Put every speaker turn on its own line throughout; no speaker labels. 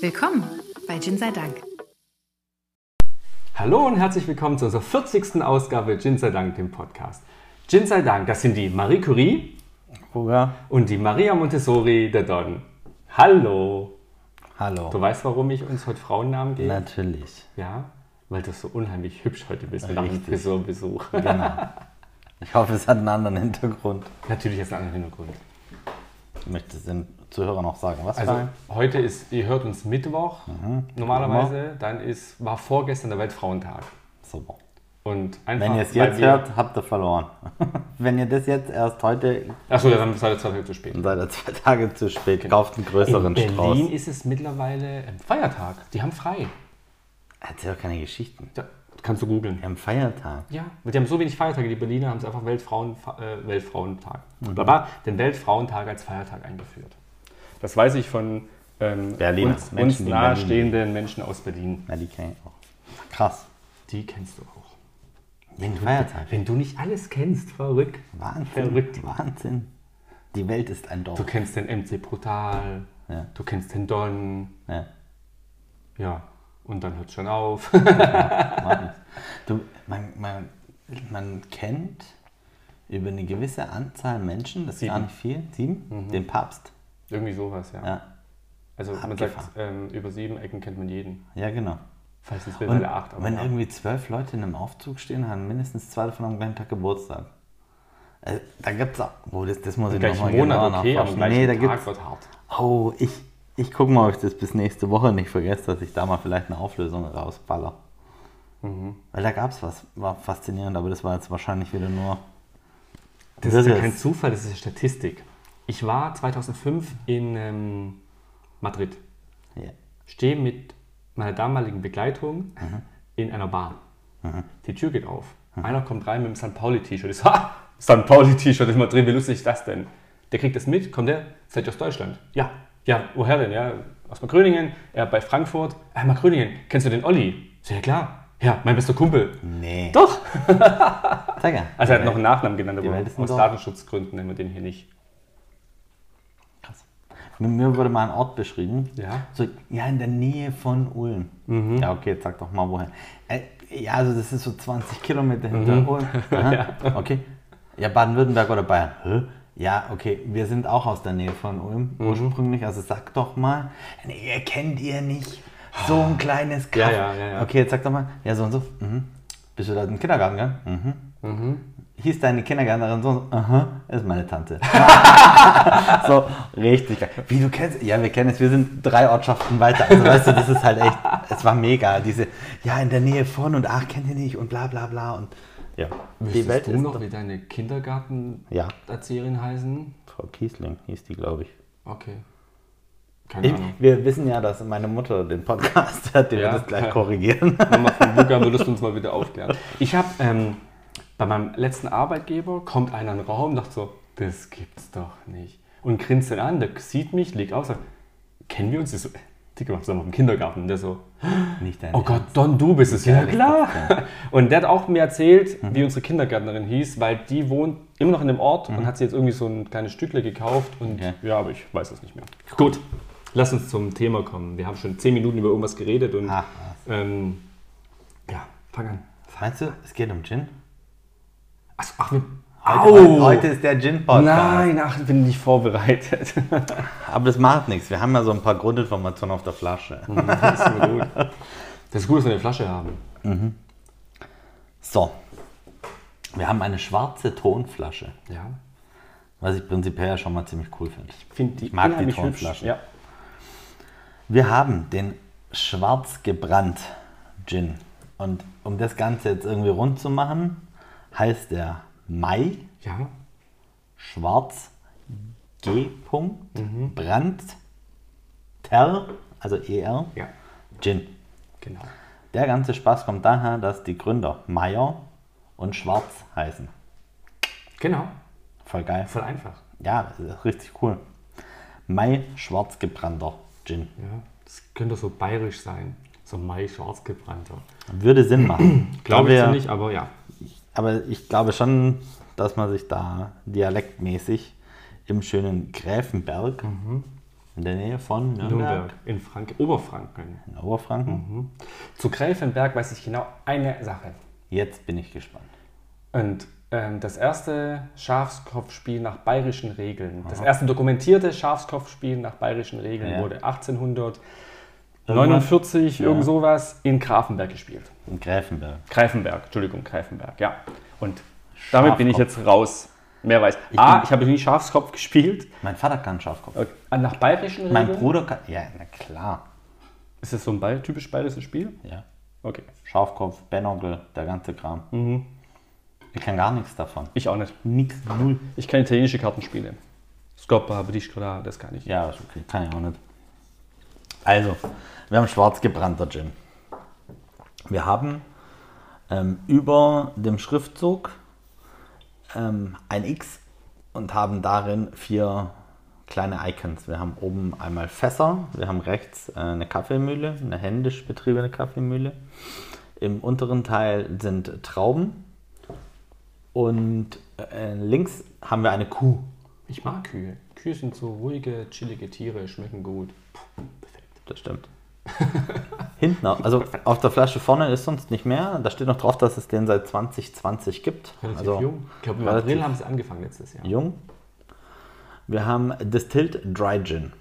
Willkommen bei Gin sei Dank.
Hallo und herzlich willkommen zu unserer 40. Ausgabe Gin sei Dank, dem Podcast. Gin sei Dank, das sind die Marie Curie
Ruger.
und die Maria Montessori der Don. Hallo.
Hallo.
Du weißt, warum ich uns heute Frauennamen gebe?
Natürlich.
Ja, weil du so unheimlich hübsch heute bist nach dem
Richtig.
Friseurbesuch.
Ich hoffe, es hat einen anderen Hintergrund.
Natürlich hast du einen anderen Hintergrund.
Ich möchte es den Zuhörern noch sagen. Was
Also
für ein?
heute ist, ihr hört uns Mittwoch
Mhm.
normalerweise, dann ist, war vorgestern der Weltfrauentag.
Super.
Und einfach,
Wenn ihr es
weil
jetzt
wir-
hört, habt ihr verloren. Wenn ihr das jetzt erst heute,
Achso, dann seid ihr zwei Tage zu spät.
dann seid ihr zwei Tage zu spät, kauft einen größeren
Genau. In Berlin
Strauß.
ist es mittlerweile ein Feiertag. Die haben frei.
Erzähl doch keine Geschichten.
Da kannst du googeln.
Wir haben Feiertag.
Ja, die haben so wenig Feiertage. Die Berliner haben es einfach Weltfrauen, äh, Weltfrauentag. Blablabla, den Weltfrauentag als Feiertag eingeführt. Das weiß ich von ähm,
Berliner
uns,
Menschen,
uns
die in
nahestehenden Menschen aus Berlin.
Na, die kenne ich auch. Krass.
Die kennst du auch.
Wenn Feiertag.
Wenn du nicht alles kennst, verrückt.
Wahnsinn.
Verrückt.
Wahnsinn. Die Welt ist ein Dorf.
Du kennst den MC Brutal,
Ja.
du kennst den Don,
Ja.
ja. Und dann hört schon auf.
Mann. Du, man, man, man kennt über eine gewisse Anzahl Menschen, das ist gar
Sieben. Mhm.
nicht viel, sieben, den Papst.
Irgendwie sowas, ja.
Ja,
Also man sagt,
Abgefahren.
ähm, über sieben Ecken kennt man jeden.
ja genau.
Falls es will,
Und
weil er acht. aber
wenn
ja.
irgendwie zwölf Leute in einem Aufzug stehen, haben mindestens zwei davon am gleichen Tag Geburtstag. Also, da gibt es auch, oh, das, das muss ich
Im
noch mal
gleichen
genau
Monat, okay, aber am
nachforschen.
gleichen
Nee, da
Tag
gibt's,
wird hart.
oh, ich, ich gucke mal, ob ich das bis nächste Woche nicht vergesse, dass ich da mal vielleicht eine Auflösung rausballer.
Mhm.
Weil da gab es was, war faszinierend, aber das war jetzt wahrscheinlich wieder nur
Das ist ja
Wirres.
kein Zufall, das ist ja Statistik. Ich war 2005 in ähm, Madrid,
Ja.
stehe mit meiner damaligen Begleitung in einer Bar. Die Tür geht auf. Einer kommt rein mit dem St. Pauli-T-Shirt. Ich so, "Ah, Ha! St. Pauli-T-Shirt in Madrid, wie lustig ist das denn? Der kriegt das mit, kommt der, seid ihr aus Deutschland? Ja. Ja, woher denn? Ja, aus Gröningen, er bei Frankfurt. Ah, mal Gröningen, kennst du den Olli? Ich So, ja klar. Ja, mein bester Kumpel.
Nee.
Doch!
Sag ja.
Also er hat noch einen Nachnamen genannt, aber
Welt ist ein
aus
Dorf.
Datenschutzgründen nennen wir den hier nicht.
Krass. Mit mir wurde mal ein Ort beschrieben.
Ja. Mhm.
So, ja, in der Nähe von Ulm. Ja, okay, jetzt sag doch mal woher. Äh, ja, also das ist so 20 Kilometer hinter
Mhm.
Ulm. Aha. Okay. Ja, Baden-Württemberg oder Bayern. Hä? Ja, okay, wir sind auch aus der Nähe von Ulm
Mhm.
ursprünglich, also sag doch mal. Nee, ihr kennt ihr nicht. So ein kleines
Ah. Ja,
Kaff.
ja, ja, ja.
Okay, jetzt sag doch mal. Ja, so und so. Mhm. Bist du da im Kindergarten, gell? Mhm. mhm. Hieß deine Kindergärtnerin so? und so? Aha, das ist meine Tante. So, richtig geil. Wie du kennst, ja, wir kennen es, wir sind drei Ortschaften weiter. Also, weißt du, das ist halt echt, es war mega. Diese, ja, in der Nähe von und ach, kennt ihr nicht und bla bla bla. Und ja, die Welt
du
ist
noch,
doch-
wie deine Kindergarten
Ja.
Erzieherin heißen?
Frau Kiesling hieß die, glaube ich.
Okay. Keine
ich.
Ahnung.
Wir wissen ja, dass meine Mutter den Podcast hat, den
Ja.
wir das gleich korrigieren.
Mama von Luca, würdest du uns mal wieder aufklären? Ich habe ähm, bei meinem letzten Arbeitgeber kommt einer in den Raum und dachte so, das gibt's doch nicht. Und grinst den an, der sieht mich, legt auf, sagt, kennen wir uns? Ich so, Digga, wir haben im Kindergarten. Und der so,
Nicht dein
oh Gott, Don, du bist es. Ja,
ist
klar. Und der hat auch mir erzählt,
Mhm.
wie unsere Kindergärtnerin hieß, weil die wohnt immer noch in dem Ort und hat sie jetzt irgendwie so ein kleines Stückle gekauft. Und
Mhm. Okay.
ja, aber ich weiß es nicht mehr. Gut, lass uns zum Thema kommen. Wir haben schon zehn Minuten über irgendwas geredet und
Ach,
ähm, ja, fang an.
was. Meinst du, es geht um Gin?
Ach, ach wir,
Heute, heute ist der Gin-Podcast.
Nein, ach, ich bin nicht vorbereitet.
Aber das macht nichts. Wir haben ja so ein paar Grundinformationen auf der Flasche.
das ist mir gut. Das ist gut, dass wir eine Flasche haben.
So. Wir haben eine schwarze Tonflasche.
Ja.
Was ich prinzipiell ja schon mal ziemlich cool finde.
Ich finde die
Ich mag die
unheimlich hübsch.
Tonflaschen.
Ja.
Wir haben den schwarz gebrannt Gin. Und um das Ganze jetzt irgendwie rund zu machen, heißt der Mai
ja.
schwarz G. Punkt
Mhm.
Brandt Ter, also ER,
Ja.
Gin.
Genau.
Der ganze Spaß kommt daher, dass die Gründer Meyer und Schwarz heißen.
Genau.
Voll geil.
Voll einfach.
Ja, das ist richtig cool. Mai schwarz gebrannter Gin.
Ja. Das könnte so bayerisch sein. So Mai schwarzgebrannter.
Würde Sinn machen.
Glaube ich
Aber-
zwar nicht, aber ja.
Aber ich glaube schon, dass man sich da dialektmäßig im schönen Gräfenberg In der Nähe von Nürnberg.
Mhm. Nürnberg, Mhm. in Frank Oberfranken.
In Oberfranken.
Zu Gräfenberg weiß ich genau eine Sache.
Jetzt bin ich gespannt.
Und ähm, das erste Schafskopfspiel nach bayerischen Regeln, das erste dokumentierte Schafskopfspiel nach bayerischen Regeln
Ja.
wurde 1849, irgend sowas, in Grafenberg gespielt.
In Gräfenberg.
Greifenberg, Entschuldigung, Greifenberg, ja. Und damit bin ich jetzt raus. Mehr weiß. A,
bin-
ich habe nie Schafskopf gespielt.
Mein Vater kann Schafkopf.
Äh, Nach bayerischen Regeln.
Mein Bruder kann. Ja, na klar.
Ist das so ein Ball, typisch bayerisches Spiel?
Ja.
Okay.
Schafkopf, Benogel, der ganze Kram.
Mhm.
Ich kann gar nichts davon.
Ich auch nicht.
Nix, null.
Ich kann italienische Kartenspiele. Scopa, Brischkola, ah, das kann ich.
Ja, ist okay. Kann ich auch nicht. Also, wir haben schwarz gebrannter Gin. Wir haben ähm, über dem Schriftzug ähm, ein X und haben darin vier kleine Icons. Wir haben oben einmal Fässer, wir haben rechts äh, eine Kaffeemühle, eine händisch betriebene Kaffeemühle. Im unteren Teil sind Trauben und äh, links haben wir eine Kuh.
Ich mag Kühe. Kühe sind so ruhige, chillige Tiere, schmecken gut.
Das stimmt. Hinten, au- also auf der Flasche vorne ist sonst nicht mehr. Da steht noch drauf, dass es den seit 2020 gibt.
Relativ
also
jung. Ich glaube, im
relativ
April haben sie angefangen letztes Jahr.
jung. Wir haben Distilled Dry Gin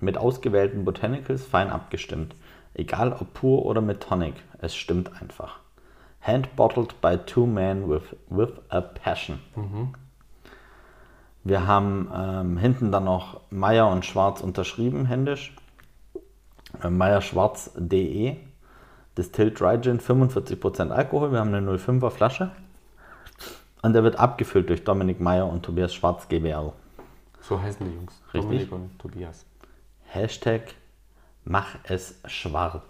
mit ausgewählten Botanicals fein abgestimmt. Egal ob pur oder mit Tonic, es stimmt einfach. Hand bottled by two men with, with a passion. Wir haben ähm, hinten dann noch Meier und Schwarz unterschrieben, händisch. Äh, Meierschwarz.de. Distilled Dry Gin, 45% Alkohol. Wir haben eine 05er Flasche. Und der wird abgefüllt durch Dominik Meyer und Tobias Schwarz GBL.
So heißen die Jungs.
Richtig.
Dominik und Tobias.
Hashtag Mach es schwarz.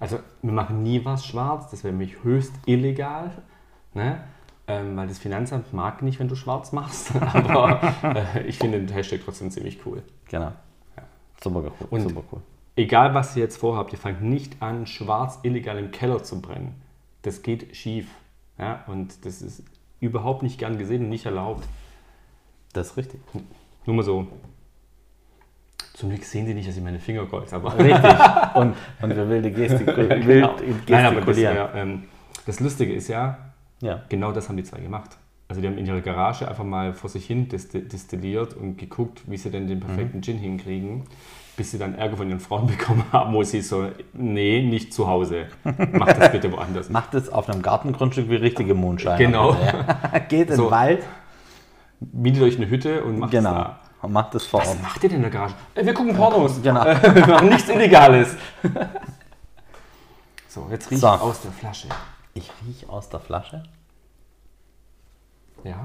Also wir machen nie was schwarz, das wäre nämlich höchst illegal, ne? ähm, weil das Finanzamt mag nicht, wenn du schwarz machst, aber äh, ich finde den Hashtag trotzdem ziemlich cool.
Genau. Super cool.
Und
Super cool.
egal was ihr jetzt vorhabt, ihr fangt nicht an, schwarz illegal im Keller zu brennen. Das geht schief. Ja? Und das ist überhaupt nicht gern gesehen und nicht erlaubt.
Das ist richtig.
Nur mal so. Zum Glück sehen sie nicht, dass ich meine Finger kreuz, aber...
Richtig. Und, und wir wilde Gestik, wild
Genau. Nein, aber das,
gestikulieren.
wär, ähm, das Lustige ist ja,
ja.
Genau das haben die zwei gemacht. Also die haben in ihrer Garage einfach mal vor sich hin desti- destilliert und geguckt, wie sie denn den perfekten
Mhm.
Gin hinkriegen, bis sie dann Ärger von ihren Frauen bekommen haben, wo sie so, nee, nicht zu Hause. Mach das bitte woanders.
Macht es auf einem Gartengrundstück wie richtige Mondscheine. Also,
Genau.
Ja. Geht in
So.
den Wald.
Mietet euch eine Hütte und macht es
Genau.
da.
Und macht es vor
Was
Ort.
macht ihr denn in der Garage? Ey, wir gucken Pornos.
Genau.
Wir machen nichts Illegales. So, jetzt riecht
So.
aus der Flasche.
Ich rieche aus der Flasche.
Ja.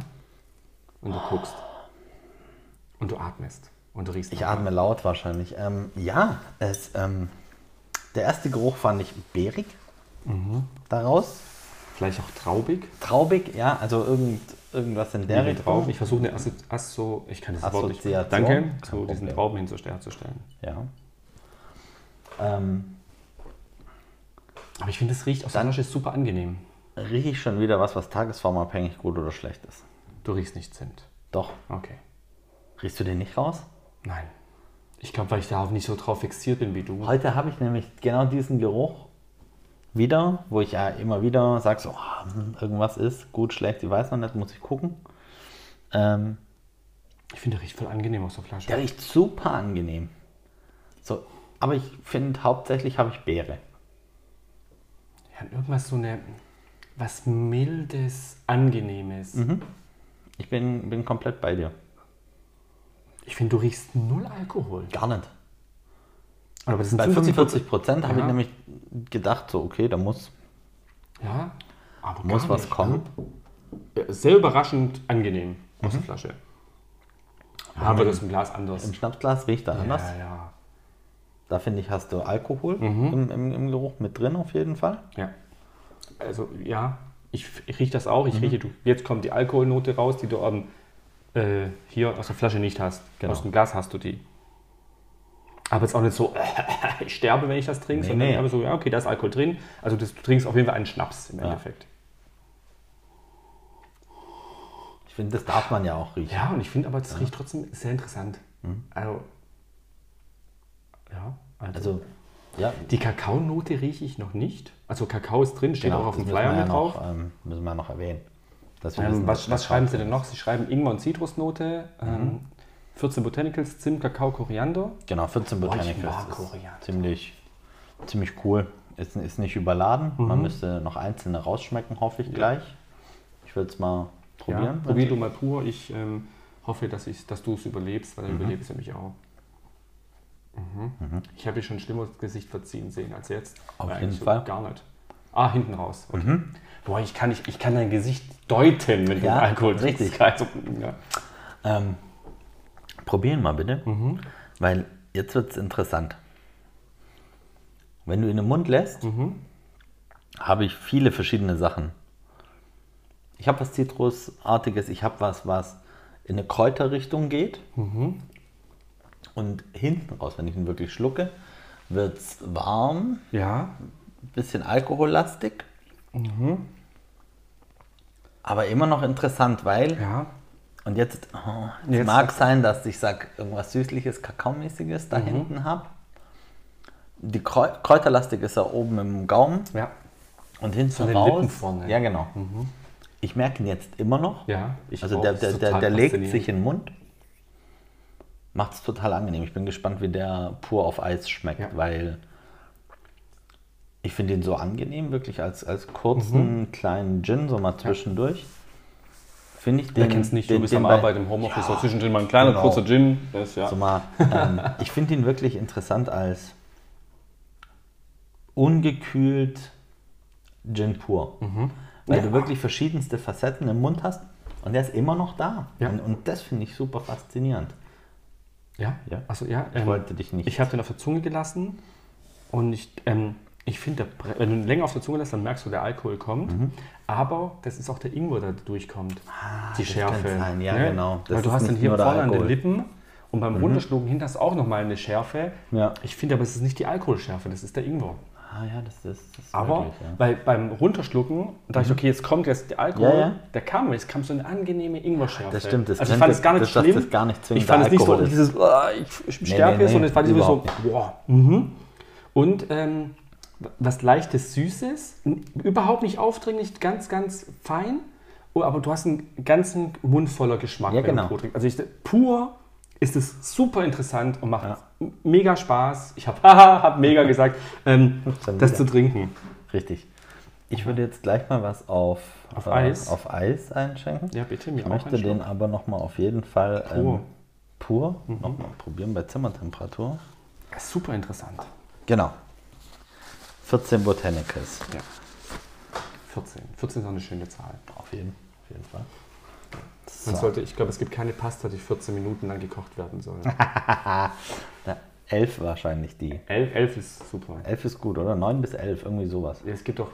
Und du guckst. Und du atmest. Und du riechst.
Ich
nach-
atme laut wahrscheinlich. Ähm, ja, es, ähm, der erste Geruch fand ich beerig
Mhm.
daraus.
Vielleicht auch traubig.
Traubig, ja, also irgend, irgendwas in der
Ihre Trauben.
Richtung.
Ich versuche eine Asso Asso ich kann das Wort nicht.
Assoziation.
Danke,
Kein
zu diesen
Problem.
Trauben hinzustellen.
Ja. Ähm,
Aber ich finde, es riecht aus der Flasche super angenehm.
rieche ich schon wieder was, was tagesformabhängig gut oder schlecht ist.
Du riechst nicht Zimt.
Doch.
Okay.
Riechst du den nicht raus?
Nein. Ich glaube, weil ich darauf nicht so drauf fixiert bin wie du.
Heute habe ich nämlich genau diesen Geruch wieder, wo ich ja immer wieder sage, so, ah, hm, irgendwas ist gut, schlecht, ich weiß noch nicht, muss ich gucken. Ähm,
Ich finde, der riecht voll angenehm aus der Flasche.
Der riecht super angenehm. So, aber ich finde, hauptsächlich habe ich Beere.
Ja, und irgendwas so eine. Was Mildes, Angenehmes.
Mhm. Ich bin, bin komplett bei dir.
Ich finde, du riechst null Alkohol.
Gar nicht.
Aber das sind
Bei 45 Prozent habe
Ja.
ich nämlich gedacht, so, okay, da muss,
Ja. Aber gar
muss was
nicht.
kommen.
Ja, Sehr überraschend angenehm aus
Mhm.
der Flasche. Aber das ist im Glas anders.
Im Schnapsglas riecht er anders.
Ja, Mhm. ja.
Da finde ich, hast du Alkohol im, im, im Geruch mit drin auf jeden Fall.
Ja. Also ja, ich, ich rieche das auch.
Mhm.
Ich rieche, du, jetzt kommt die Alkoholnote raus, die du ähm, äh, hier aus der Flasche nicht hast.
Genau.
Aus dem Glas hast du die. Aber jetzt auch nicht so, ich sterbe, wenn ich das trinke,
Nee,
sondern
nee.
aber so, ja, okay, da ist Alkohol drin. Also das, du trinkst auf jeden Fall einen Schnaps im Endeffekt.
Ich finde, das darf man ja Mhm. auch riechen.
Ja, und ich finde aber, das riecht trotzdem sehr interessant. Also, Ja, also.
Also, ja.
Die Kakaonote rieche ich noch nicht. Also Kakao ist drin, steht
genau,
auch auf
das
dem
müssen
Flyer
wir ja
mit drauf.
Noch, ähm, müssen wir noch erwähnen. Dass wir
Ähm,
wissen,
was
dass-
was schreiben Sie denn noch? Sie schreiben Ingwer und Zitrusnote,
Mhm.
ähm, 14 Botanicals, Zimt, Kakao, Koriander.
Genau, 14
ich
Botanicals.
mag Koriander.
ist ziemlich, ziemlich cool. Ist, ist nicht überladen.
Mhm.
Man müsste noch einzelne rausschmecken, hoffe ich gleich. Ich will es mal probieren.
Ja, probier du mal pur. Ich ähm, hoffe, dass, ich, dass du es überlebst, weil dann überlebst du mich auch. Mhm. Ich habe hier schon ein schlimmeres Gesicht verziehen sehen als jetzt.
Auf
Weil
jeden
eigentlich so
Fall. Mhm.
Gar nicht. Ah, hinten raus. Okay. Boah, ich kann, nicht, ich kann dein Gesicht deuten, wenn
Ja,
du Alkohol
richtig.
trinkst. Also, ja.
Ähm, probieren mal bitte. Weil jetzt wird es interessant. Wenn du ihn im Mund lässt, habe ich viele verschiedene Sachen. Ich habe was Zitrusartiges, ich habe was, was in eine Kräuterrichtung geht. Und hinten raus, wenn ich ihn wirklich schlucke, wird es warm,
ja,
bisschen alkohollastig. Aber immer noch interessant, weil
ja.
und jetzt, oh, es
Jetzt-
mag sein, dass ich sag irgendwas Süßliches, Kakaomäßiges da hinten habe. Die Kräu Kräuterlastik ist da oben im Gaumen
Ja.
und hinten
den
raus.
Lippen vorne. Mhm.
Ja, genau. Ich merke ihn jetzt immer noch.
Ja, ich
also
auch.
der,
Ist
der, der,
total
der legt
faszinierend.
sich in den Mund. Macht es total angenehm. Ich bin gespannt, wie der pur auf Eis schmeckt,
Ja.
weil ich finde ihn so angenehm, wirklich als, als kurzen
Mhm.
kleinen Gin, so mal zwischendurch. Finde ich den.
Wer kennt's nicht?
den,
du bist
den
am
bei-
Arbeiten im Homeoffice,
Ja.
so zwischendrin mal ein kleiner,
genau.
kurzer Gin. Das, ja.
So mal, ähm, ich finde ihn wirklich interessant als ungekühlt Gin pur. Weil du wirklich verschiedenste Facetten im Mund hast und der ist immer noch da.
Ja.
Und, und das finde ich super faszinierend.
Ja,
Ja.
Also ja,
Ich wollte dich nicht-
Ich habe den auf der Zunge gelassen und ich, ähm, ich finde, der Bre- wenn du ihn länger auf der Zunge lässt, dann merkst du, der Alkohol kommt.
Mhm.
Aber das ist auch der Ingwer, der da durchkommt. die
Ah, das
Schärfe. ne?
kann sein, ja, genau. Das
Weil du
ist
hast dann
nicht
hier
nur der
vorne an den
Alkohol. Mhm.
Lippen und beim Runterschlucken hinten hast du auch nochmal eine Schärfe.
Ja.
Ich finde aber, es ist nicht die Alkoholschärfe, das ist der Ingwer.
Ah ja, das ist. Das ist
Aber
möglich, ja. Mhm.
weil beim Runterschlucken dachte ich, okay, jetzt kommt jetzt der Alkohol,
Ja, ja.
der kam, jetzt kam so eine angenehme Ingwerschärfe.
Das stimmt, das
also ich
könnte-
fand es gar nicht
das- dass
schlimm.
das gar nicht zwingend
ich fand es nicht so
Alkohol ist.
dieses, ah, ich, ich
Nee,
sterbe
nee,
jetzt,
nee,
sondern es war dieses so,
überhaupt
boah. Mhm. Und ähm, was leichtes Süßes, n- überhaupt nicht aufdringlich, ganz, ganz fein, oh, aber du hast einen ganzen Mund voller Geschmack,
Ja,
wenn
genau.
du Brot trinkst. Also ich, pur ist es super interessant und macht m- mega Spaß. Ich habe hab mega gesagt, ähm,
Dann
das
wieder.
zu trinken.
Richtig. Ich würde jetzt gleich mal was auf, äh,
Auf Eis?
auf Eis einschenken.
Ja, bitte, mir
Ich
auch
möchte
einen
den
Schluck.
aber nochmal auf jeden Fall
Pur.
Ähm, pur nochmal probieren bei Zimmertemperatur.
Super interessant.
Genau. 14 Botanicals.
Ja. 14. 14 ist auch eine schöne Zahl.
Auf jeden, auf jeden Fall.
Man sollte, ich glaube, es gibt keine Pasta, die 14 Minuten lang gekocht werden soll.
Na, 11 wahrscheinlich die.
11, 11 ist super.
11 ist gut, oder? 9 bis 11, irgendwie sowas.
Ja, Es gibt auch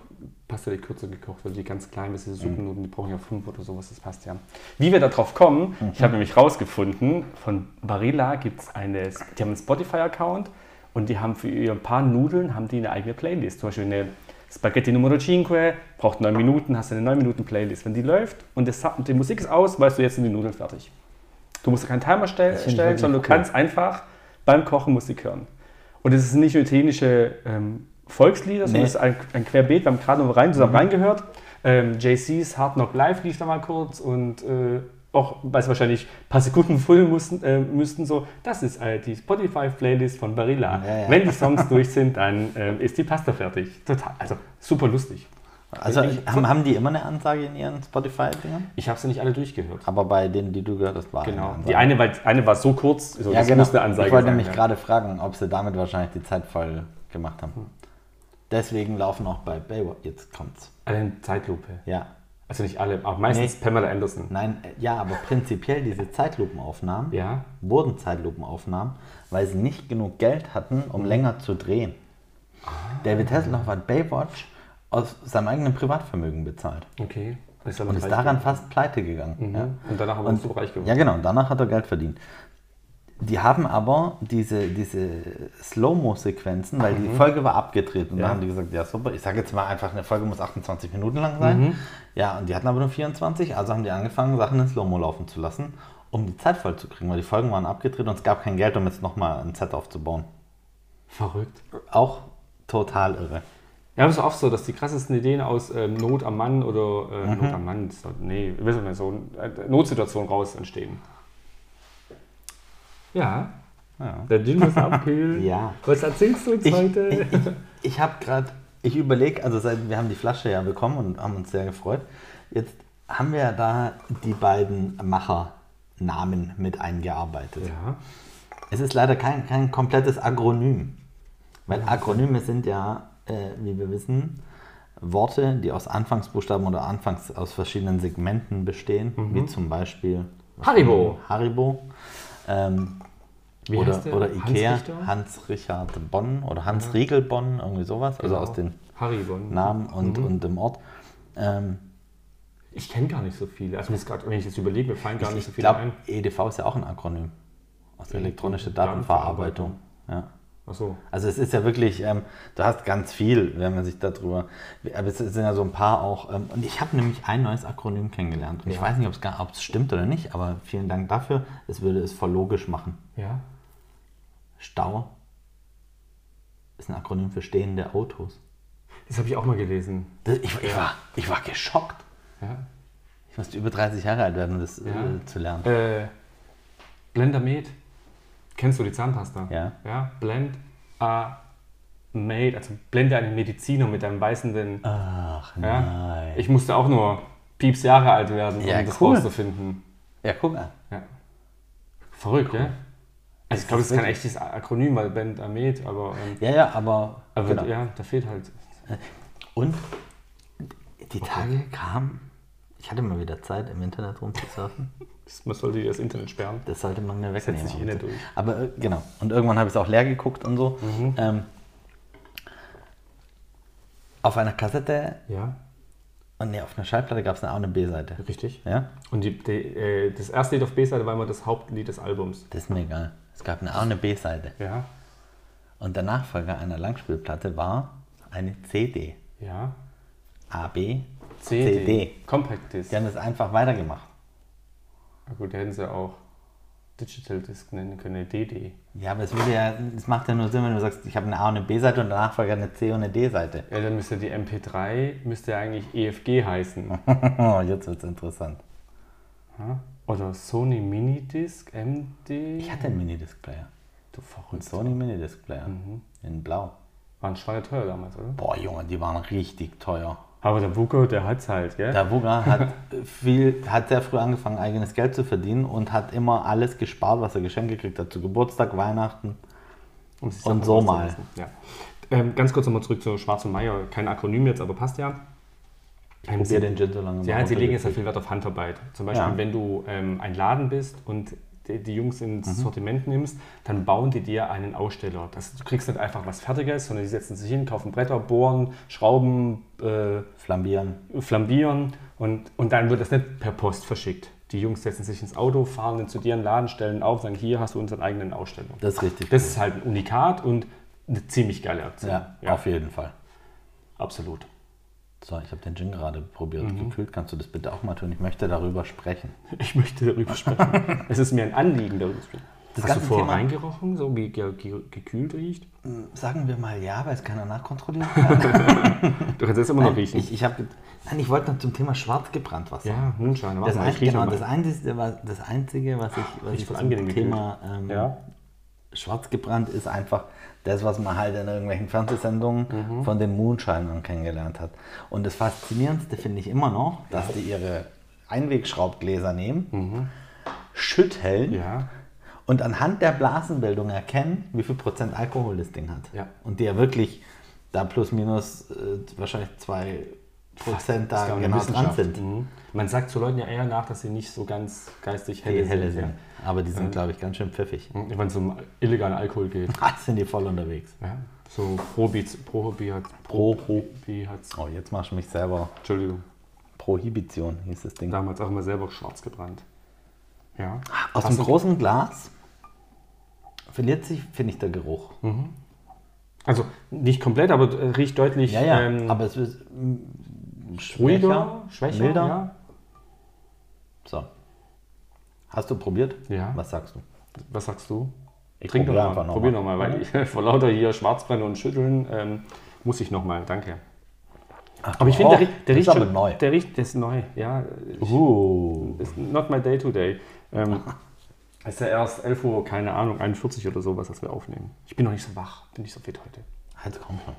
Pasta, die kürzer gekocht wird, die ganz klein ist, diese
Mhm.
Suppennoten, die brauchen ja 5 oder sowas, das passt ja. Wie wir da drauf kommen, ich
Mhm.
habe nämlich rausgefunden, von Barilla gibt es eine, die haben einen Spotify-Account und die haben für ihr paar Nudeln, haben die eine eigene Playlist. Zum Beispiel eine Spaghetti Numero 5, braucht 9 Minuten, hast du eine 9-Minuten-Playlist. Wenn die läuft und das, Sub- die Musik ist aus, weißt du, jetzt sind die Nudeln fertig. Du musst dir keinen Timer stell,
finde ich
stellen,
wirklich
sondern du
cool.
kannst einfach beim Kochen Musik hören. Und es ist nicht nur italienische ähm, Volkslieder, sondern
Nee. Mhm.
es ist ein, ein Querbeet. Wir haben gerade noch rein, zusammen reingehört. Ähm, JC's Hard Knock Live lief da mal kurz und äh, auch, weiß wahrscheinlich, ein paar Sekunden füllen mussten, äh, müssten so. Das ist äh, die Spotify-Playlist von Barilla.
Ja, ja.
Wenn die Songs durch sind, dann ähm, ist die Pasta fertig. Total, also super lustig.
Also haben, haben die immer eine Ansage in ihren Spotify-Dingern?
Ich habe sie nicht alle durchgehört.
Aber bei denen, die du gehört hast, war eine
Genau.
Ansage.
Die eine, weil, eine war so kurz, so,
ja,
das
genau.
muss eine Ansage
ich wollte
sein,
nämlich
ja.
gerade fragen, ob sie damit wahrscheinlich die Zeit voll gemacht
Hm.
haben. Deswegen laufen auch bei Baywatch. Jetzt kommt's.
Alle in Zeitlupe.
Ja.
Also nicht alle, aber meistens
Nee.
Pamela Anderson.
Nein, äh, ja, aber prinzipiell diese Zeitlupenaufnahmen
Ja.
wurden Zeitlupenaufnahmen, weil sie nicht genug Geld hatten, um länger zu drehen. David Hasselhoff hat Baywatch aus seinem eigenen Privatvermögen bezahlt
Okay. Ist
und ist daran fast pleite gegangen. Ja.
Und danach aber
Und-
super reich geworden.
Ja, genau, und danach hat er Geld verdient. Die haben aber diese, diese Slow-Mo-Sequenzen, weil die Folge war abgedreht und
Mhm. Ja.
dann haben die gesagt, ja super, ich sage jetzt mal einfach, eine Folge muss 28 Minuten lang sein.
Mhm.
Ja, und die hatten aber nur 24, also haben die angefangen, Sachen in Slow-Mo laufen zu lassen, um die Zeit voll zu kriegen, weil die Folgen waren abgedreht und es gab kein Geld, um jetzt nochmal ein Set aufzubauen.
Verrückt.
Auch total irre.
Ja, aber es ist oft so, dass die krassesten Ideen aus ähm, Not am Mann oder äh,
Mhm.
Not am Mann, so- nee, wissen wir so, äh, Notsituation raus entstehen. Ja.
Ja.
Der Gin muss abkühlen.
Ja.
Was erzählst du uns
Ich,
heute?
ich, ich habe gerade, ich überlege, also seit, wir haben die Flasche ja bekommen und haben uns sehr gefreut. Jetzt haben wir ja da die beiden Machernamen mit eingearbeitet.
ja.
Es ist leider kein, kein komplettes Agronym, weil Akronyme sind ja, äh, wie wir wissen, Worte, die aus Anfangsbuchstaben oder anfangs aus verschiedenen Segmenten bestehen, wie zum Beispiel
Mhm. Haribo.
Haribo. Ähm,
Wie
oder,
heißt der?
oder
Hans
Ikea,
Richter?
Hans Richard Bonn oder Hans Riegel Bonn, irgendwie sowas, also
Genau.
aus den
Haribon.
Namen und,
Mhm.
und dem Ort. Ähm,
Ich kenne gar nicht so viele. Also mir ist grad, wenn ich jetzt überlege, mir fallen gar nicht so E
ich
viele
glaube,
ein.
EDV ist ja auch ein Akronym aus elektronische
Datenverarbeitung.
Datenverarbeitung. Ja.
Achso.
Also es ist ja wirklich, ähm, du hast ganz viel, wenn man sich darüber, aber es sind ja so ein paar auch, ähm, und ich habe nämlich ein neues Akronym kennengelernt. Und ich weiß nicht, ob es gar- ob es stimmt oder nicht, aber vielen Dank dafür. Es würde es voll logisch machen.
Ja.
Stau ist ein Akronym für stehende Autos.
Das habe ich auch mal gelesen.
Das, ich, ich, war, ich war geschockt.
Ja.
Ich musste über 30 Jahre alt werden, um das
Ja.
äh, zu lernen.
Äh, Blender Med. Kennst du die Zahnpasta?
Ja.
Ja. Blend a Made. Also blende einen Mediziner mit einem beißenden.
Ach ne.
ja.
nein.
Ich musste auch nur pieps Jahre alt werden, um
Ja,
das
cool.
rauszufinden.
Ja, guck mal.
Ja. Verrückt, gell? Also ich glaube, das ist kein echtes Akronym, weil Blend a Med, aber, ähm,
Ja, ja, aber.
aber
genau.
ja, da fehlt halt.
Und die Tage kamen. Ich hatte mal wieder Zeit, im Internet rumzusurfen.
Man sollte das Internet sperren.
Das sollte man mir wegnehmen.
sich eh nicht durch. Mhm.
Aber äh, genau. Und irgendwann habe ich es auch leer geguckt und so. Ähm, auf einer Kassette,
Ja,
und nee, auf einer Schallplatte gab es eine A- und eine B-Seite.
richtig.
Ja?
Und die, die, äh, das erste Lied auf B-Seite war immer das Hauptlied des Albums.
Das ist mir egal. Es gab eine A- und eine B-Seite.
Ja,
Und der Nachfolger einer Langspielplatte war eine CD.
ja.
AB,
CD.
CD.
Compact Disc.
Die haben das einfach weitergemacht.
Na gut, da hätten sie auch Digital Disc nennen können, nee, DD.
Ja, aber es würde ja, es macht ja nur Sinn, wenn du sagst, ich habe eine A- und eine B-Seite und der Nachfolger eine C- und eine D-Seite.
Ja, dann müsste die MP3 müsste ja eigentlich EFG heißen.
Oh, jetzt wird's interessant.
Oder Sony Minidisc, MD.
Ich hatte einen Minidisc-Player.
du
Einen
verrückt. Mhm.
Sony Minidisc-Player. In blau.
Waren schweineteuer damals, oder?
Boah, Junge, die waren richtig teuer.
Aber der Vuko, der hat's halt, gell?
Der Wuga hat viel, hat sehr früh angefangen, eigenes Geld zu verdienen und hat immer alles gespart, was er geschenkt gekriegt hat. Zu Geburtstag, Weihnachten.
Um sich Sachen
Und so
kosten
mal.
lassen. Ja. Ähm, ganz kurz nochmal zurück zu Schwarz und Meier. Kein Akronym jetzt, aber passt ja. Ähm,
Probier den Gin so lange
Sie,
mal
halt, sie legen jetzt halt
runtergekriegt.
viel Wert auf Handarbeit. Zum Beispiel,
Ja.
wenn du ähm, ein Laden bist und die, die Jungs ins
Mhm.
Sortiment nimmst, dann bauen die dir einen Aussteller. Das, du kriegst nicht einfach was Fertiges, sondern die setzen sich hin, kaufen Bretter, bohren, Schrauben, äh,
Flambieren.
flambieren und, und dann wird das nicht per Post verschickt. Die Jungs setzen sich ins Auto, fahren dann zu dir in den Laden, stellen auf, sagen, hier hast du unseren eigenen Aussteller.
Das ist richtig.
Das ist halt ein Unikat und eine ziemlich geile Aktion.
ja,
Ja,
auf jeden Fall.
absolut.
So, ich habe den Gin gerade probiert.
Mhm.
Gekühlt kannst du das bitte auch mal tun. Ich möchte darüber sprechen.
Ich möchte darüber sprechen. es ist mir ein Anliegen, darüber zu sprechen. Hast
Das
du
ganze
vorher
Thema-
reingerochen, so wie ge ge gekühlt riecht?
Sagen wir mal ja, weil es keiner nachkontrollieren kann.
Du kannst es immer noch riechen.
ich, ich, hab, ge- nein, ich wollte noch zum Thema schwarz gebrannt was
ja,
sagen.
Moonshine. Warte
Das,
mal, ich
ein,
rieche
genau,
mal.
das, einzige, was, das Einzige, was ich, was
Riecht
ich
voll
zum
angenehm gekühlt.
Thema ähm,
Ja.
schwarz gebrannt ist einfach das, was man halt in irgendwelchen Fernsehsendungen
Mhm.
von den Moonshinern kennengelernt hat. Und das Faszinierendste finde ich immer noch, dass die ihre Einwegschraubgläser nehmen, schütteln
Mhm. ja,
und anhand der Blasenbildung erkennen, wie viel Prozent Alkohol das Ding hat.
Ja.
Und die ja wirklich da plus minus äh, wahrscheinlich zwei Prozent
das ist
da
ja auch eine
genau dran
Wissenschaft.
sind.
Mhm. Man sagt zu Leuten ja eher nach, dass sie nicht so ganz geistig helle,
Die helle sind.
ja.
Aber die sind, glaube ich, ganz schön pfiffig.
Mhm, Wenn es um illegalen Alkohol geht.
Ah, sind die voll unterwegs.
Ja. So Probi, Probi hat
Pro,
Probi hat
Oh, jetzt machst du mich selber.
Entschuldigung.
Prohibition hieß das Ding.
Damals auch immer selber schwarz gebrannt. Ja.
Aus
Hast
dem
du-
großen Glas verliert sich, finde ich, der Geruch.
Hm. Also nicht komplett, aber äh, riecht deutlich
Ja, ja.
ähm,
aber es ist mm,
ruhiger, schwächer.
milder.
Ja.
So. Hast du probiert?
Ja.
Was sagst du?
Was sagst du?
Ich
Trink doch
probier
mal.
noch
Probier
mal. Mhm.
nochmal, weil ich vor lauter hier Schwarzbrenner und Schütteln ähm, muss ich nochmal. Danke. aber ich finde,
auch?
der, riecht- der
oh, Das
riecht
ist aber
schon,
neu.
Der riecht, der ist neu. Ja, ich,
Uh.
ist not my day today. Ähm, es ist ja erst 11 Uhr, keine Ahnung, 41 oder sowas, dass wir aufnehmen. Ich bin noch nicht so wach, bin nicht so fit heute.
Halt, komm schon.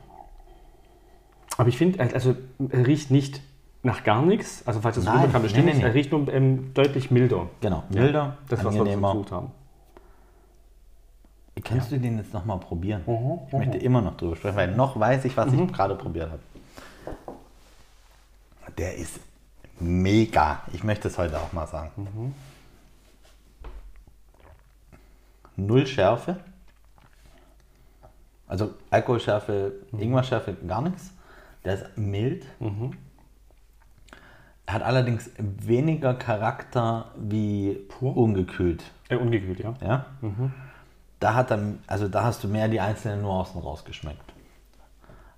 Aber ich finde, also er riecht nicht nach gar nichts. Also falls es
Nein,
rüberkam, bestimmt
nee,
nicht.
nee, nee.
Er riecht nur ähm, deutlich milder.
Genau, milder,
Das, was wir
angenehmer.
versucht haben.
Kannst du den jetzt nochmal probieren?
Mhm,
Ich möchte immer noch drüber sprechen, weil noch weiß ich, was ich gerade probiert habe. Der ist mega. Ich möchte es heute auch mal sagen.
Mhm.
Null Schärfe. Also Alkoholschärfe,
Mhm.
Ingwerschärfe, gar nichts. Der ist mild. Hat allerdings weniger Charakter wie ungekühlt.
Äh, ungekühlt, ja.
Ja?
Mhm.
Da, hat er, also da hast du mehr die einzelnen Nuancen rausgeschmeckt.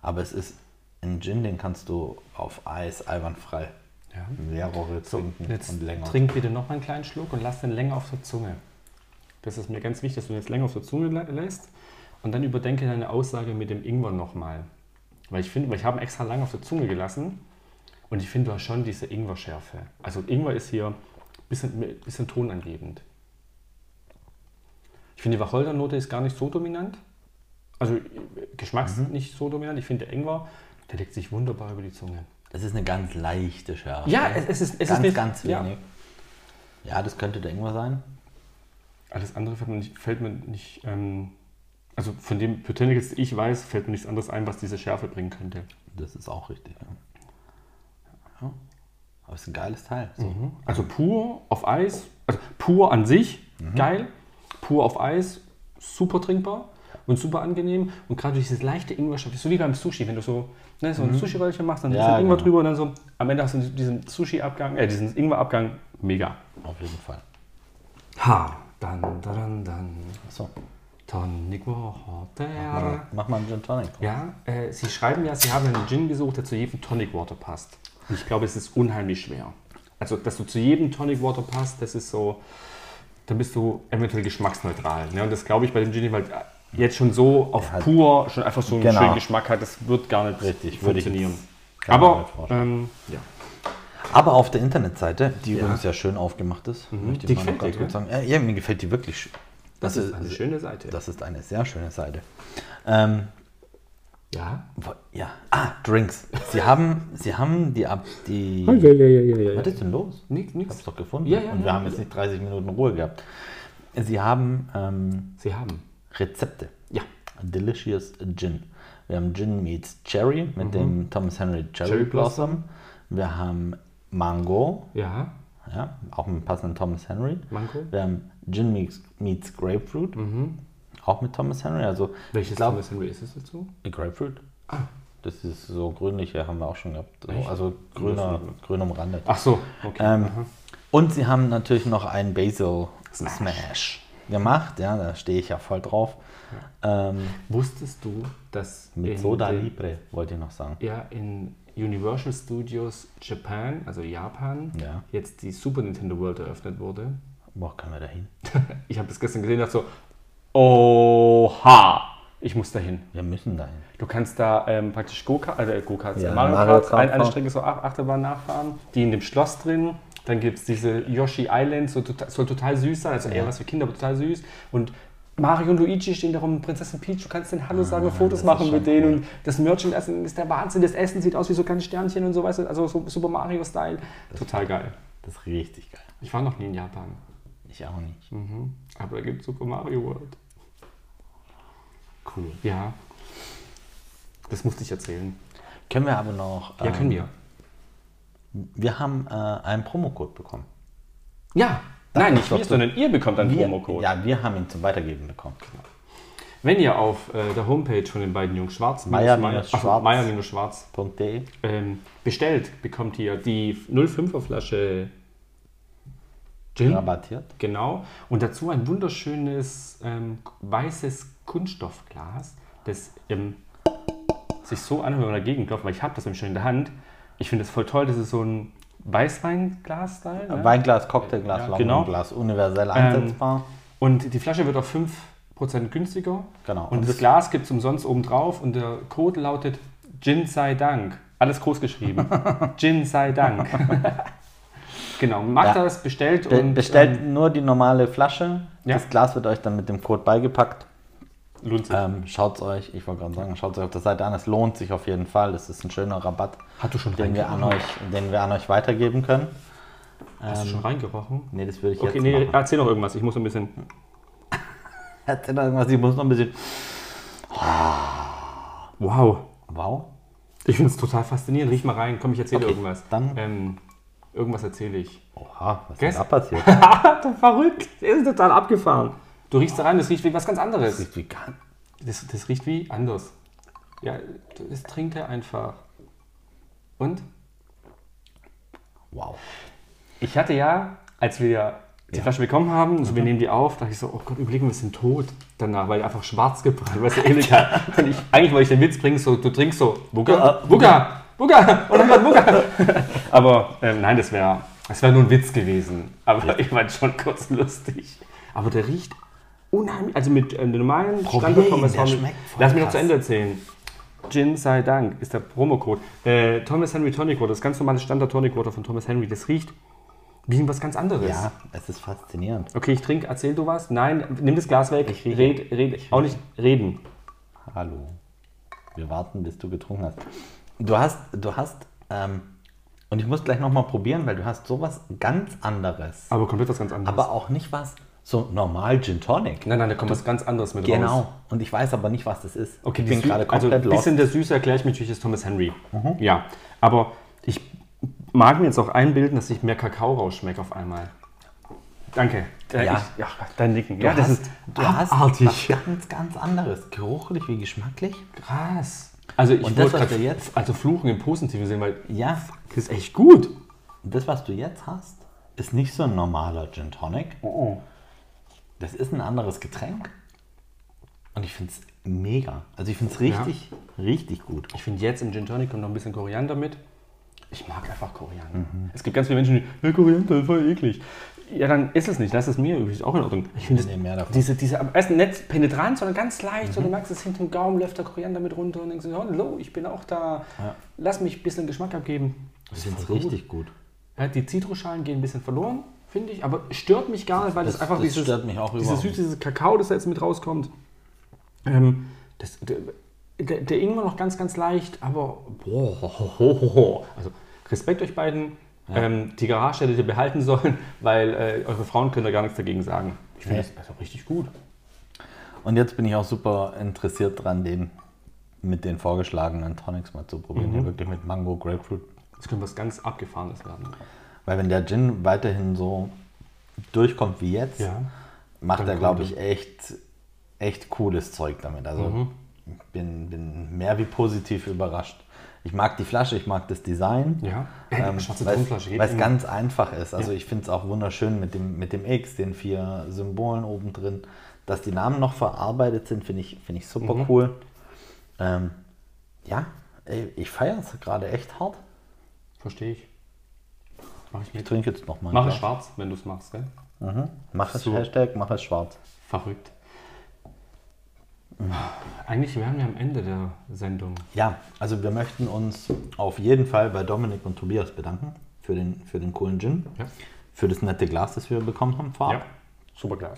Aber es ist ein Gin, den kannst du auf Eis einwandfrei
Ja.
mehrere trinken
Jetzt
und länger.
trink bitte noch mal einen kleinen Schluck und lass den länger auf der Zunge. Das ist mir ganz wichtig, dass du den jetzt länger auf der Zunge lä- lässt. Und dann überdenke deine Aussage mit dem Ingwer nochmal. Weil ich finde, weil ich habe ihn extra lange auf der Zunge gelassen. Und ich finde, du hast schon diese Ingwer-Schärfe. Also Ingwer ist hier ein bisschen, bisschen tonangebend. Ich finde, die Wacholdernote ist gar nicht so dominant. Also äh, Geschmacks nicht so dominant. Ich finde, der Ingwer, der legt sich wunderbar über die Zunge.
Das ist eine ganz leichte Schärfe.
Ja, es- es ist- es ist
ganz,
nicht-
ganz
ja.
wenig. Ja. das könnte der Ingwer sein.
Alles andere fällt mir nicht, fällt mir nicht ähm, also von dem Botanicals, die ich weiß, fällt mir nichts anderes ein, was diese Schärfe bringen könnte.
Das ist auch richtig. Ja. Ja. Aber es ist ein geiles Teil. So.
Also pur auf Eis, also pur an sich, geil, pur auf Eis, super trinkbar und super angenehm und gerade durch dieses leichte Ingwer-Schärfe, so wie beim Sushi, wenn du so, ne, so ein Sushi-Röllchen machst, dann ein
Ja,
bisschen Ingwer
genau.
drüber und dann so, am Ende hast du diesen Sushi-Abgang, äh, diesen Ingwer-Abgang, mega.
Auf jeden Fall.
Ha, dann, dann, dann,
So,
Tonic Water.
mach mal einen Gin Tonic.
Ah. Ja, äh, Sie schreiben ja, Sie haben einen Gin gesucht, der zu jedem Tonic Water passt. Und ich glaube, es ist unheimlich schwer. Also, dass du zu jedem Tonic Water passt, das ist so, dann bist du eventuell geschmacksneutral. Ne? Und das glaube ich bei dem Gin, weil äh, jetzt schon so auf
halt.
pur schon einfach so einen
Genau.
schönen Geschmack hat, das wird gar nicht
Richtig, würde ich
funktionieren.
jetzt gar
Aber,
nicht vorstellen.
ähm, ja.
Aber auf der Internetseite, die übrigens ja schön aufgemacht ist, möchte ich
Mhm. Die
mal noch
gefällt
ganz
dir,
kurz sagen. Ja, ja, mir gefällt die wirklich. sch- äh,
Das, ist eine schöne Seite.
Das ist eine sehr schöne Seite. Ähm,
ja.
wo- ja. Ah, Drinks. Sie haben, Sie haben die ab die. Was ist denn los?
Nix,
Ich
nix.
hab's doch gefunden.
Ja, ja,
Und wir
ja,
haben jetzt nicht 30 Minuten Ruhe gehabt. Sie haben ähm,
Sie haben.
Rezepte.
Ja.
Delicious Gin. Wir haben Gin meets Cherry mit dem Thomas Henry Cherry,
Mhm. Cherry
Blossom.
Blossom.
Wir haben Mango
Ja.
ja, auch mit dem passenden Thomas Henry.
Mango.
Wir haben Gin meets, meets Grapefruit,
Mhm.
auch mit Thomas Henry. Also
Welches
ich glaub,
Thomas Henry ist es dazu?
Grapefruit. Das ist so grünliche, haben wir auch schon gehabt. So, also grüner, grün umrandet.
Ach so, okay.
Ähm, und sie haben natürlich noch einen Basil Smash,
Smash.
gemacht. Ja, da stehe ich ja voll drauf. Ähm,
Wusstest du, dass
mit
in
Soda
den-
Libre, wollte ich noch sagen.
ja in Universal Studios Japan, also Japan,
Ja.
jetzt die Super Nintendo World eröffnet wurde.
Boah, können wir da hin?
Ich habe das gestern gesehen und dachte so, oha, ich muss dahin.
Wir müssen da hin.
Du kannst da ähm, praktisch Go-Karts, äh, Go-Karts,
Ja,
Mario
Mario
Kart,
Kart
ein, eine
fahren.
Strecke so Ach- Achterbahn nachfahren, die in dem Schloss drin. Dann gibt es diese Yoshi Island, so total, soll total süß sein, also eher was für Kinder, aber total süß. Und Mario und Luigi stehen da rum, Prinzessin Peach, du kannst den Hallo sagen, Fotos
Ah, ist
machen
schon
mit denen
cool.
und das Merchandise ist der Wahnsinn, das Essen sieht aus wie so kleine Sternchen und so, weißt du, also so Super Mario-Style. Total geil.
Das ist richtig geil.
Ich war noch nie in Japan,
Ich auch nicht.
aber da gibt es Super Mario World.
Cool.
Ja, das musste ich erzählen.
Können wir aber noch.
Ja,
ähm,
können wir.
Wir haben äh, einen Promocode bekommen.
Ja, nein,
ist
nicht
doch
wir,
so.
sondern ihr bekommt einen
Wir,
Promocode. Genau.
Ja, wir haben ihn zum Weitergeben bekommen.
Wenn ihr auf äh, der Homepage von den beiden Jungs Schwarz,
Meier
Meier-
minus
ach,
Schwarz.
Meier minus Schwarz
.de.
ähm, bestellt, bekommt ihr die 05er Flasche Gin.
Rabattiert.
Genau. Und dazu ein wunderschönes ähm, weißes Kunststoffglas, das ähm, sich so anhört, wenn man dagegen klopft, weil ich habe das nämlich schon in der Hand. Ich finde das voll toll, das ist so ein Weißweinglas-Style. Ne?
Weinglas, Cocktailglas,
Ja,
ja,
genau.
Longonglas, universell einsetzbar.
Und die Flasche wird auf fünf Prozent günstiger.
Genau.
Und das Glas gibt es umsonst oben drauf und der Code lautet Gin sei Dank. Alles groß geschrieben. Gin sei Dank. genau, macht
Ja.
das, bestellt
Be
Ähm, und
bestellt nur die normale Flasche.
Ja.
Das Glas wird euch dann mit dem Code beigepackt.
ähm, lohnt sich.
Ähm, schaut es euch, ich wollte gerade sagen, schaut es euch auf der Seite an. Es lohnt sich auf jeden Fall. Es ist ein schöner Rabatt,
Hat du schon
den wir, an
reingerochen?
euch, den wir an euch weitergeben können.
Hast du schon reingerochen?
Nee, das würde ich
Okay,
ähm, jetzt
nee,
machen.
erzähl noch irgendwas. Ich muss ein bisschen.
Hat denn noch irgendwas? Ich muss noch ein bisschen.
Wow.
Wow.
Ich finde es total faszinierend. Riech mal rein. Komm, ich erzähle
Okay,
irgendwas.
dann-
Ähm, irgendwas erzähle ich.
Oha, was
Gess-
ist denn da passiert? Ah,
Verrückt. Der ist total abgefahren. Du riechst da rein, das riecht wie was ganz anderes.
Riecht wie gar-
Das, das riecht wie anders. Ja, das trinkt er einfach. Und?
Wow.
Ich hatte ja, als wir die Flasche bekommen haben, so wir
Mhm.
nehmen die auf, dachte ich so, oh Gott, überlegen wir sind tot danach, weil die einfach schwarz gebrannt, weißt du, illegal. Und ich, eigentlich wollte ich den Witz bringen, so, du trinkst so, Wugga,
Äh,
Wugga, Wugga, oh mein Gott, Wugga. Aber ähm, nein, das wäre das wär nur ein Witz gewesen. Aber ich meine schon kurz lustig. Aber der riecht unheimlich, also mit ähm, dem normalen
Probier ihn,
Standard-Pommes
der
haben-
schmeckt voll
Lass mich noch
krass.
zu Ende erzählen. Gin sei Dank ist der Promocode. Äh, Thomas Henry Tonic Water, das ganz normale Standard Tonic Water von Thomas Henry. Das riecht wie was ganz anderes.
Ja, es ist faszinierend.
Okay, ich trinke, erzähl du was. Nein, nimm das Glas weg.
Ich rieche.
red, red, auch nicht reden.
Hallo. Wir warten, bis du getrunken hast. Du hast, du hast, ähm, und ich muss gleich nochmal probieren, weil du hast sowas ganz anderes.
Aber komplett was ganz anderes.
Aber auch nicht was so normal Gin Tonic.
nein, nein, da kommt was ganz anderes mit raus.
Genau. Und ich weiß aber nicht, was das ist.
Okay,
ich
die
bin
Sü-
gerade
also ein
komplett lost. Mhm.
bisschen der Süße erkläre ich mir natürlich ist Thomas Henry. Ja, aber ich mag mir jetzt auch einbilden, dass ich mehr Kakao rausschmecke auf einmal. Danke. Äh,
Ja.
ich, ja dein Nicken.
Du
ja, das
hast,
ist
du
abartig.
hast was ganz, ganz anderes. Geruchlich wie geschmacklich.
Krass. Also ich
Und das,
wollte
was
grad
wir jetzt-
also Fluchen im Positiven sehen, weil
Ja,
das ist echt gut.
das, was du jetzt hast, ist nicht so ein normaler Gin Tonic. Das ist ein anderes Getränk. Und ich finde es mega. Also ich finde es richtig, richtig gut.
Ich finde jetzt im Gin Tonic kommt noch ein bisschen Koriander mit. Ich mag einfach Koriander.
Mhm.
Es gibt ganz viele Menschen, die, "Ja, Koriander, voll eklig. Ja, dann ist es nicht. Lass es mir übrigens auch in Ordnung. Ich finde
Nee,
es-
mehr davon.
diese, diese am besten nicht penetrant, sondern ganz leicht.
Mhm.
So, du merkst es hinten im Gaumen, läuft der Koriander mit runter und denkst, dir, hallo, ich bin auch da. Lass mich ein bisschen Geschmack abgeben.
Ich finde es
voll
richtig gut.
Ja, die Zitrusschalen gehen ein bisschen verloren, finde ich, aber stört mich gar nicht, weil das,
Das-
einfach
das
dieses,
stört mich auch
dieses
überhaupt
süße, dieses Kakao, das da jetzt mit rauskommt. Ähm, das, der, der, der Ingwer noch ganz, ganz leicht, aber boah, ho, ho, ho, ho. also Respekt euch beiden. Ähm, die Garage hättet ihr behalten sollen, weil äh, eure Frauen können da gar nichts dagegen sagen. Ich finde
Nee.
das also richtig gut.
Und jetzt bin ich auch super interessiert dran, den mit den vorgeschlagenen Tonics mal zu probieren. Ja, wirklich mit Mango, Grapefruit.
Das könnte was ganz Abgefahrenes werden.
Weil wenn der Gin weiterhin so durchkommt wie jetzt, macht
Dann
er, glaube
kommt
ich, echt, echt cooles Zeug damit. Also ich bin, bin mehr wie positiv überrascht. Ich mag die Flasche, ich mag das Design.
Ja.
Ähm,
Äh, Schwarze Tonflasche
Weil
geht
es
immer.
ganz einfach ist. Also ich finde es auch wunderschön mit dem, mit dem X, den vier Symbolen oben drin. Dass die Namen noch verarbeitet sind, finde ich, find ich super
Mhm.
cool. Ähm, ja, ey, ich feiere es gerade echt hart.
Verstehe ich. Mach ich
Ich
mit.
trinke jetzt nochmal.
Mach es schwarz, wenn du es machst, gell?
Mach es
So.
Hashtag, mach es schwarz.
Verrückt.
Mhm.
Eigentlich wären wir am Ende der Sendung.
Ja, also wir möchten uns auf jeden Fall bei Dominik und Tobias bedanken für den, für den coolen Gin,
Ja.
für das nette Glas, das wir bekommen haben vorab,
Super klar.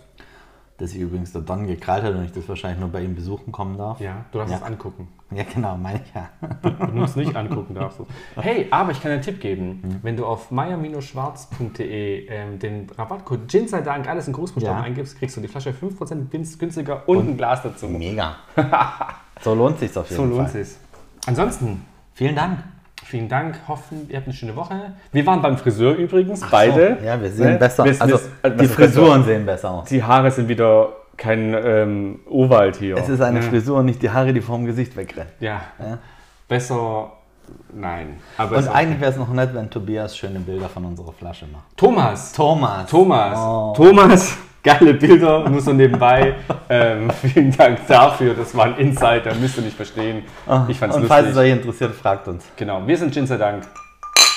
das sich übrigens der Don gekrallt hat und ich das wahrscheinlich nur bei ihm besuchen kommen darf.
Ja, du darfst
Ja.
es angucken.
Ja, genau, meine ich ja.
Wenn du es nicht angucken darfst. Hey, aber ich kann dir einen Tipp geben.
Mhm.
Wenn du auf meier-schwarz.de ähm, den Rabattcode Gin sei Dank alles in Großbuchstaben
Ja.
eingibst, kriegst du die Flasche 5% günst- günstiger und, ein Glas dazu.
Mega. so lohnt sich's auf jeden
So lohnt
Fall.
es. Ansonsten,
Vielen Dank.
vielen Dank. Hoffen, ihr habt eine schöne Woche. Wir waren beim Friseur übrigens, beide.
So, ja, wir sehen
Ne?
besser.
Wir- wir-
Also
äh,
die
was ist besser?
Frisuren sehen besser aus.
Die Haare sind wieder kein ähm, Urwald hier.
Es ist eine
Ne?
Frisur und nicht die Haare, die vorm Gesicht wegrennen.
Ja. Besser. Nein. Aber
Und
es-
eigentlich wäre es noch nett, wenn Tobias schöne Bilder von unserer Flasche macht.
Thomas.
Thomas.
Thomas.
Oh.
Thomas. Geile Bilder, nur so nebenbei. ähm, vielen Dank dafür. Das war ein Insider, müsst ihr nicht verstehen. Ich fand's
Ah, Und falls es
lustig.
euch interessiert, fragt uns.
Genau, wir sind Gin sei Dank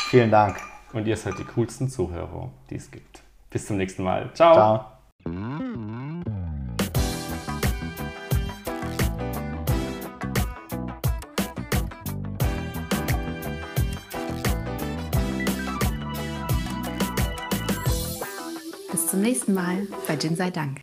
Vielen Dank.
und ihr seid die coolsten Zuhörer, die es gibt. Bis zum nächsten Mal.
Ciao.
Bis zum nächsten Mal bei Gin sei Dank.